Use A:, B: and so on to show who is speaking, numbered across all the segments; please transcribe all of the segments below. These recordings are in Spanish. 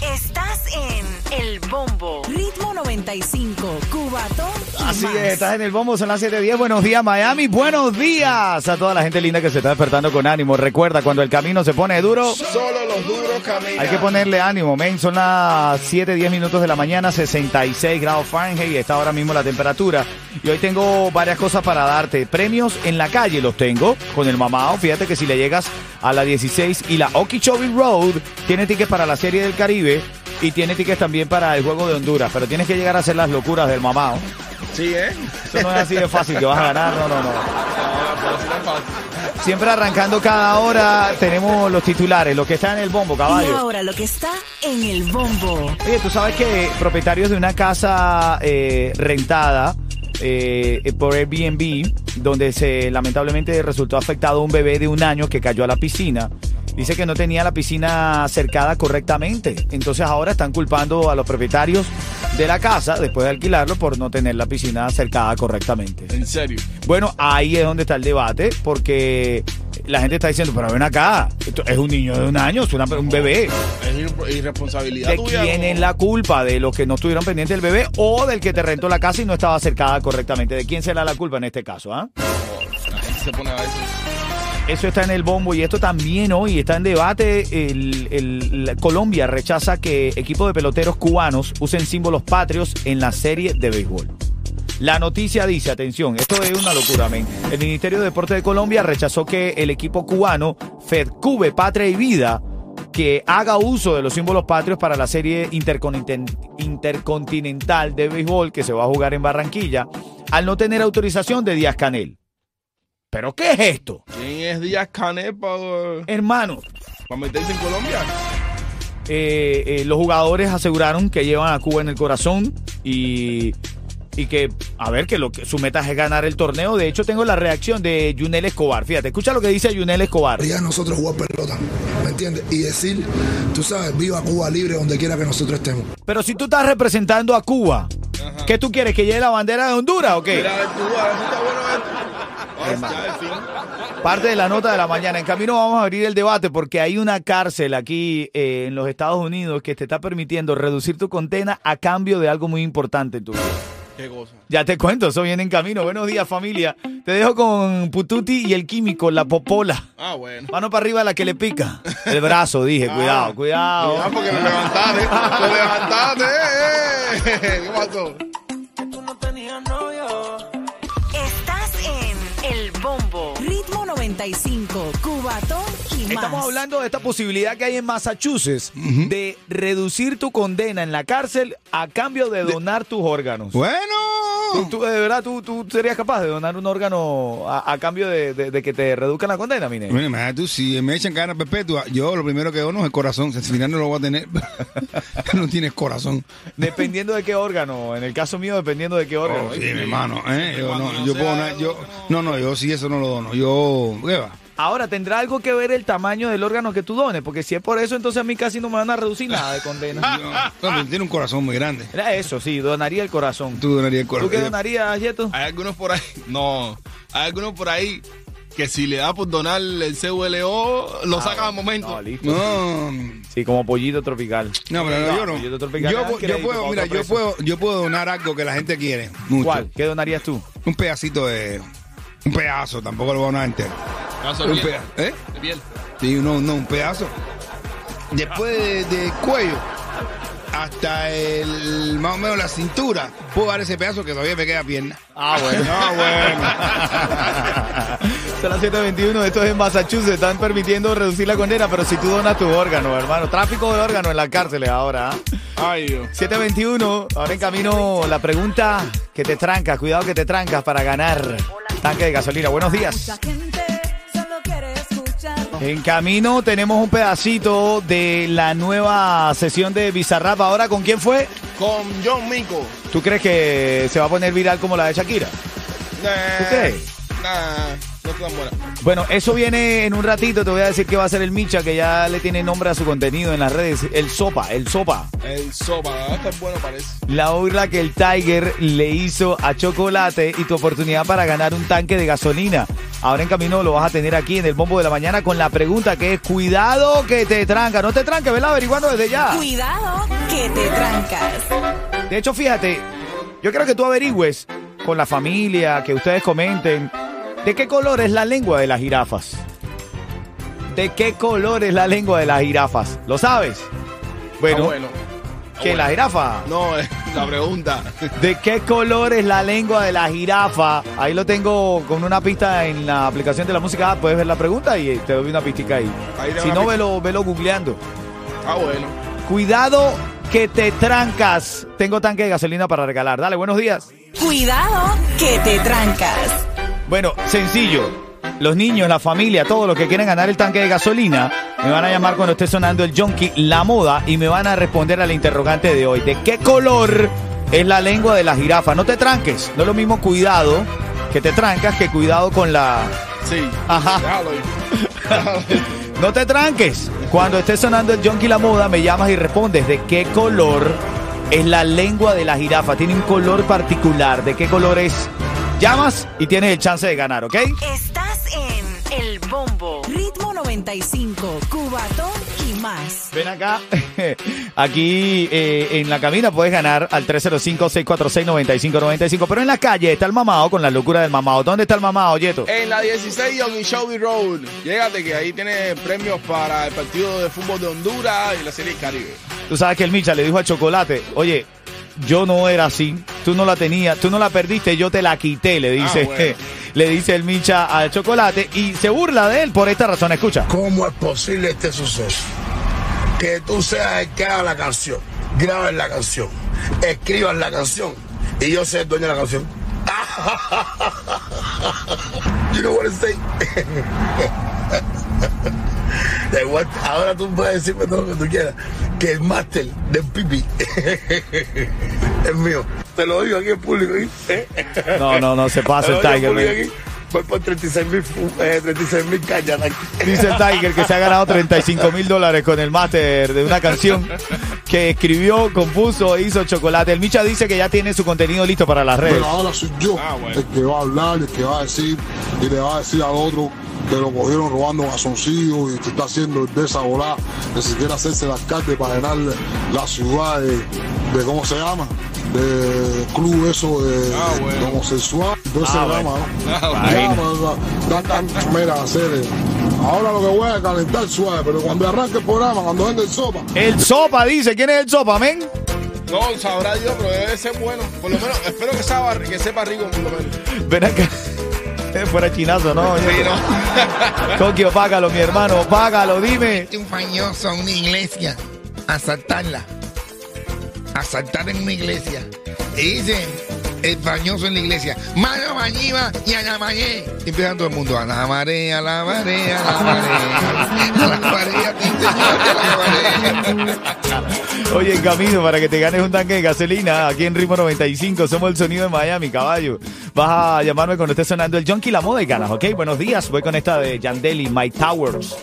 A: Estás en El Bombo. Ritmo 95, Cubatón y
B: Así
A: más.
B: es, estás en el bombo, son las 7.10. Buenos días, Miami. Buenos días a toda la gente linda que se está despertando con ánimo. Recuerda, cuando el camino se pone duro,
C: Solo los duros caminan.
B: hay que ponerle ánimo, men. Son las 7.10 minutos de la mañana, 66 grados Fahrenheit y está ahora mismo la temperatura. Y hoy tengo varias cosas para darte. Premios en la calle los tengo con el mamao. Fíjate que si le llegas a la 16 y la Okeechobee Road, tiene tickets para la Serie del Caribe y tiene tickets también para el Juego de Honduras. Pero tienes que llegar a hacer las locuras del mamao.
D: Sí, ¿eh?
B: Eso no es así de fácil que vas a ganar, no, no, no. Siempre arrancando cada hora tenemos los titulares, lo que está en el bombo,
A: Y
B: caballo.
A: ahora lo que está en El Bombo.
B: Oye, tú sabes que propietarios de una casa eh, rentada eh, eh, por Airbnb, donde se lamentablemente resultó afectado un bebé de un año que cayó a la piscina. Dice que no tenía la piscina cercada correctamente. Entonces ahora están culpando a los propietarios de la casa, después de alquilarlo, por no tener la piscina cercada correctamente.
D: En serio.
B: Bueno, ahí es donde está el debate, porque la gente está diciendo, pero ven acá, esto es un niño de un año, es una- un bebé.
D: Es ir- irresponsabilidad
B: ¿De
D: tuya.
B: quién
D: ¿no?
B: es la culpa? ¿De los que no estuvieron pendientes del bebé o del que te rentó la casa y no estaba cercada correctamente? ¿De quién será la culpa en este caso? ah?
D: La gente se pone a veces.
B: Eso está en el bombo y esto también hoy está en debate. El- el- la- Colombia rechaza que equipos de peloteros cubanos usen símbolos patrios en la serie de béisbol. La noticia dice, atención, esto es una locura, men. El Ministerio de Deporte de Colombia rechazó que el equipo cubano FedCube Patria y Vida que haga uso de los símbolos patrios para la serie intercontinent- intercontinental de béisbol que se va a jugar en Barranquilla al no tener autorización de Díaz Canel. ¿Pero qué es esto?
D: ¿Quién es Díaz Canel para
B: Hermano,
D: meterse en Colombia?
B: eh, eh, los jugadores aseguraron que llevan a Cuba en el corazón y, y que, a ver, que, lo que su meta es ganar el torneo. De hecho, tengo la reacción de Junel Escobar. Fíjate, escucha lo que dice Junel Escobar.
E: ya nosotros jugar pelota, ¿me entiendes? Y decir, tú sabes, viva Cuba libre donde quiera que nosotros estemos.
B: Pero si tú estás representando a Cuba, ¿qué tú quieres? ¿Que lleve la bandera de Honduras o qué?
D: Mira, de Cuba, eso está bueno esto. Ahora
B: Hermano.
D: ya, de fin.
B: Parte de la nota de la mañana. En camino vamos a abrir el debate porque hay una cárcel aquí eh, en los Estados Unidos que te está permitiendo reducir tu condena a cambio de algo muy importante en tu vida.
D: Qué cosa.
B: Ya te cuento, eso viene en camino. Buenos días, familia. Te dejo con Pututi y el químico, la popola.
D: Ah, bueno.
B: Mano para arriba la que le pica. El brazo, dije, cuidado,
D: Ah,
B: cuidado.
D: porque lo levantaste. Lo levantaste. eh, eh. ¿Qué pasó?
A: Estás en El Bombo. Ritmo 95, Cubatón y más.
B: Estamos hablando de esta posibilidad que hay en Massachusetts de reducir tu condena en la cárcel a cambio de donar tus órganos. ¿Tú,
C: Bueno.
B: tú, de verdad, tú, tú serías capaz de donar un órgano a, a cambio de, de- de que te reduzcan la condena, mine?
C: Bueno, imagínate tú, si me echan cadena perpetua, yo lo primero que dono es el corazón. Si al final no lo voy a tener, no tienes corazón.
B: Dependiendo de qué órgano. En el caso mío, dependiendo de qué órgano.
C: Oh, Sí, mi hermano, ¿eh? Yo no, yo puedo donar- yo, no, no, yo sí eso no lo dono. Yo, ¿qué va?
B: Ahora, ¿tendrá algo que ver el tamaño del órgano que tú dones? Porque si es por eso, entonces a mí casi no me van a reducir nada de condena.
C: No, pero tiene un corazón muy grande.
B: Era eso, sí, donaría el corazón.
C: Tú donarías el
B: ¿Tú
C: corazón.
B: qué donarías, Yeto?
F: Hay algunos por ahí, no, hay algunos por ahí que si le da por donar el CULO, lo sacan al momento.
B: No, listo.
C: No.
B: Sí, como pollito tropical.
C: No, pero no, yo no.
B: Pollito
C: Yo,
B: tropical.
C: pu- yo puedo, mira, yo puedo, yo puedo donar algo que la gente quiere. Mucho.
B: ¿Cuál? ¿Qué donarías tú?
C: Un pedacito de. Un pedazo, tampoco lo voy a donar entero.
F: Caso de
C: Un
F: piel,
C: pedazo. ¿Eh?
F: de piel.
C: Sí, no, no, un pedazo. Después de, de cuello. hasta el más o menos la cintura, puedo dar ese pedazo que todavía me queda pierna.
B: Ah, bueno.
C: Ah,
B: Son las 7.21, esto es en Massachusetts, están permitiendo reducir la condena, pero si tú donas tu órgano, hermano. Tráfico de órganos en las cárceles ahora. ¿ah?
F: Ay, Dios.
B: 7.21, ahora en camino la pregunta que te trancas, cuidado que te trancas para ganar. Tanque de gasolina, buenos días.
A: gente solo quiere escuchar.
B: En camino tenemos un pedacito de la nueva sesión de Bizarrap. Ahora, ¿con quién fue?
D: Con John Mico.
B: ¿Tú crees que se va a poner viral como la de Shakira?
D: Nah,
B: ¿Usted?
D: Nah, no es tan buena.
B: Bueno, eso viene en un ratito. Te voy a decir que va a ser el Micha, que ya le tiene nombre a su contenido en las redes. El Sopa, el Sopa.
D: El sopa, va a estar bueno, parece.
B: La obra que el Tiger le hizo a Chocolate y tu oportunidad para ganar un tanque de gasolina. Ahora en camino lo vas a tener aquí en el bombo de la mañana con la pregunta que es: cuidado que te tranca. No te tranques, vela averiguando desde ya.
A: Cuidado que te trancas.
B: De hecho, fíjate, yo creo que tú averigües con la familia, que ustedes comenten, ¿de qué color es la lengua de las jirafas? ¿De qué color es la lengua de las jirafas? ¿Lo sabes? Bueno,
F: Ah, bueno.
B: que la jirafa.
F: No, es la pregunta.
B: ¿De qué color es la lengua de la jirafa? Ahí lo tengo con una pista en la aplicación de la música. app. puedes ver la pregunta y eh, te doy una pistica ahí.
F: Ahí le
B: si
F: va
B: no,
F: la
B: velo, velo googleando.
F: Ah, bueno.
B: Cuidado que te trancas. Tengo tanque de gasolina para regalar. Dale, buenos días.
A: Cuidado que te trancas.
B: Bueno, sencillo. Los niños, la familia, todos los que quieren ganar el tanque de gasolina, me van a llamar cuando esté sonando el junkie, la moda, y me van a responder al interrogante de hoy. ¿De qué color es la lengua de la jirafa? No te tranques. No es lo mismo cuidado que te trancas que cuidado con la...
F: Sí.
B: Ajá.
F: Déjalo ir.
B: No te tranques. Cuando esté sonando el junkie, la moda, me llamas y respondes. ¿De qué color es la lengua de la jirafa? Tiene un color particular. ¿De qué color es? Llamas y tienes el chance de ganar, ¿ok?
A: Estás en El Bombo. Ritmo 95, Cubatón y más.
B: Ven acá, aquí eh, en la cabina puedes ganar al 305-646-9595, pero en la calle está el mamado con la locura del mamado. ¿Dónde está el mamado, Yeto?
F: En la 16 y Shelby Road. Llégate que ahí tiene premios para el partido de fútbol de Honduras y la Serie del Caribe.
B: Tú sabes que el Micha le dijo a Chocolate, oye, yo no era así, tú no la tenías, tú no la perdiste, yo te la quité, le dice,
F: Ah, bueno.
B: le dice el Micha al Chocolate y se burla de él por esta razón, escucha.
E: ¿Cómo es posible este suceso? Que tú seas el que haga la canción, grabes la canción, escribas la canción y yo sea el dueño de la canción. You know what I'm saying? Da igual, ahora tú puedes decirme todo lo que tú quieras. Que el máster del pipi es mío. Te lo digo aquí en público. ¿eh?
B: No, no, no, se
E: Te
B: pasa el
E: lo digo en
B: Tiger.
E: público
B: mira.
E: aquí. Voy por 36 mil eh, 36,000 cañas.
B: Dice el Tiger que se ha ganado 35 mil dólares con el máster de una canción que escribió, compuso e hizo chocolate. El Micha dice que ya tiene su contenido listo para las redes.
G: Pero ahora soy yo
F: Ah, bueno.
G: el que va a hablar, el que va a decir y le va a decir al otro que lo cogieron robando gasoncillos y que está haciendo el desabolar, ni siquiera hacerse el alcalde para ganar la ciudad de, de ¿cómo se llama? De club eso de,
F: Ah, bueno.
G: de homosexual, todo ese
B: Ah,
G: drama, ¿no? Ya, pues, da- da- da- mira, hacer, eh, ahora lo que voy a calentar suave, pero cuando arranque el programa, cuando venga el sopa,
B: El Sopa dice, ¿quién es el Sopa, men?
F: No, sabrá Dios, pero debe ser bueno. Por lo menos, espero que sepa, que sepa rico, por lo menos.
B: Ven acá. Fuera chinazo, ¿no?
F: Sí, no.
B: Tokio, págalo, mi hermano, págalo, dime.
H: un fañoso a una iglesia, asaltarla, asaltar en una iglesia. Y dice el fañoso en la iglesia, mano bañiva y alamaré. Y empieza todo el mundo, alabaré, alabaré, alabaré, alabaré a ti, Señor, te alabaré.
B: Oye, en camino para que te ganes un tanque de gasolina aquí en Ritmo 95. Somos el sonido de Miami, caballo. Vas a llamarme cuando esté sonando el Junkie La Moda y ganas, ¿ok? Buenos días. Voy con esta de Yandeli, My Towers.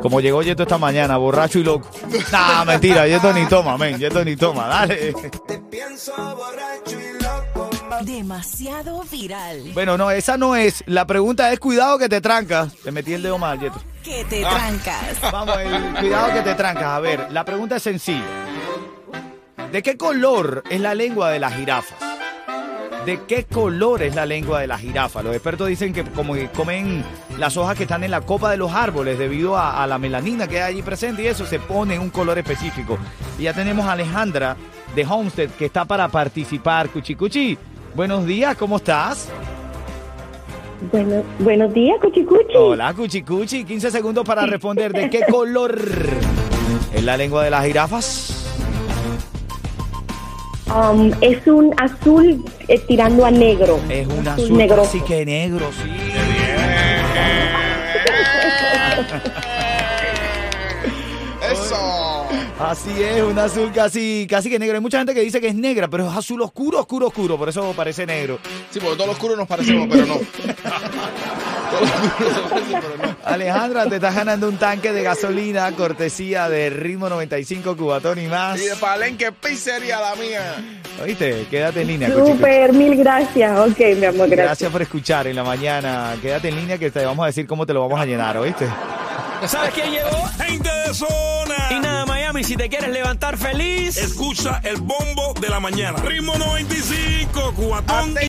B: Como llegó Yeto esta mañana, borracho y loco. Nah, mentira, Yeto ni toma, men. Yeto ni toma, dale.
A: Demasiado viral.
B: Bueno, no, esa no es. La pregunta es, cuidado que te trancas. Te metí el dedo mal, Yeto.
A: Que te trancas.
B: Vamos, el- cuidado que te trancas. A ver, la pregunta es sencilla. ¿De qué color es la lengua de las jirafas? ¿De qué color es la lengua de la jirafa? Los expertos dicen que como que comen las hojas que están en la copa de los árboles debido a, a la melanina que hay allí presente y eso se pone un color específico. Y ya tenemos a Alejandra de Homestead que está para participar. Cuchicuchi, buenos días, ¿cómo estás?
I: Bueno, buenos días, Cuchicuchi.
B: Hola, Cuchicuchi. 15 segundos para responder. ¿De qué color es la lengua de las jirafas?
I: Um, es un azul eh, tirando a negro.
B: Es un azul,
I: negro.
B: así que negro, sí.
D: Eso.
B: Así es, un azul casi, casi que negro. Hay mucha gente que dice que es negra, pero es azul oscuro, oscuro, oscuro. Por eso parece negro.
F: Sí, porque todos los curos nos parecemos, pero no. todos los curos se parecen, pero no.
B: Alejandra, te estás ganando un tanque de gasolina, cortesía de Ritmo 95, Cubatón y más.
F: Y de Palenque Pizzería la mía.
B: Oíste, quédate en línea, Cuchicuchi.
I: Super, mil gracias. Ok, mi amor,
B: Gracias.
I: gracias.
B: por escuchar en la mañana. Quédate en línea que te vamos a decir cómo te lo vamos a llenar, ¿oíste?
J: ¿Sabes quién llegó?
K: Gente de zona.
J: Y nada, Miami, si te quieres levantar feliz.
K: Escucha el bombo de la mañana. Ritmo 95, cuatón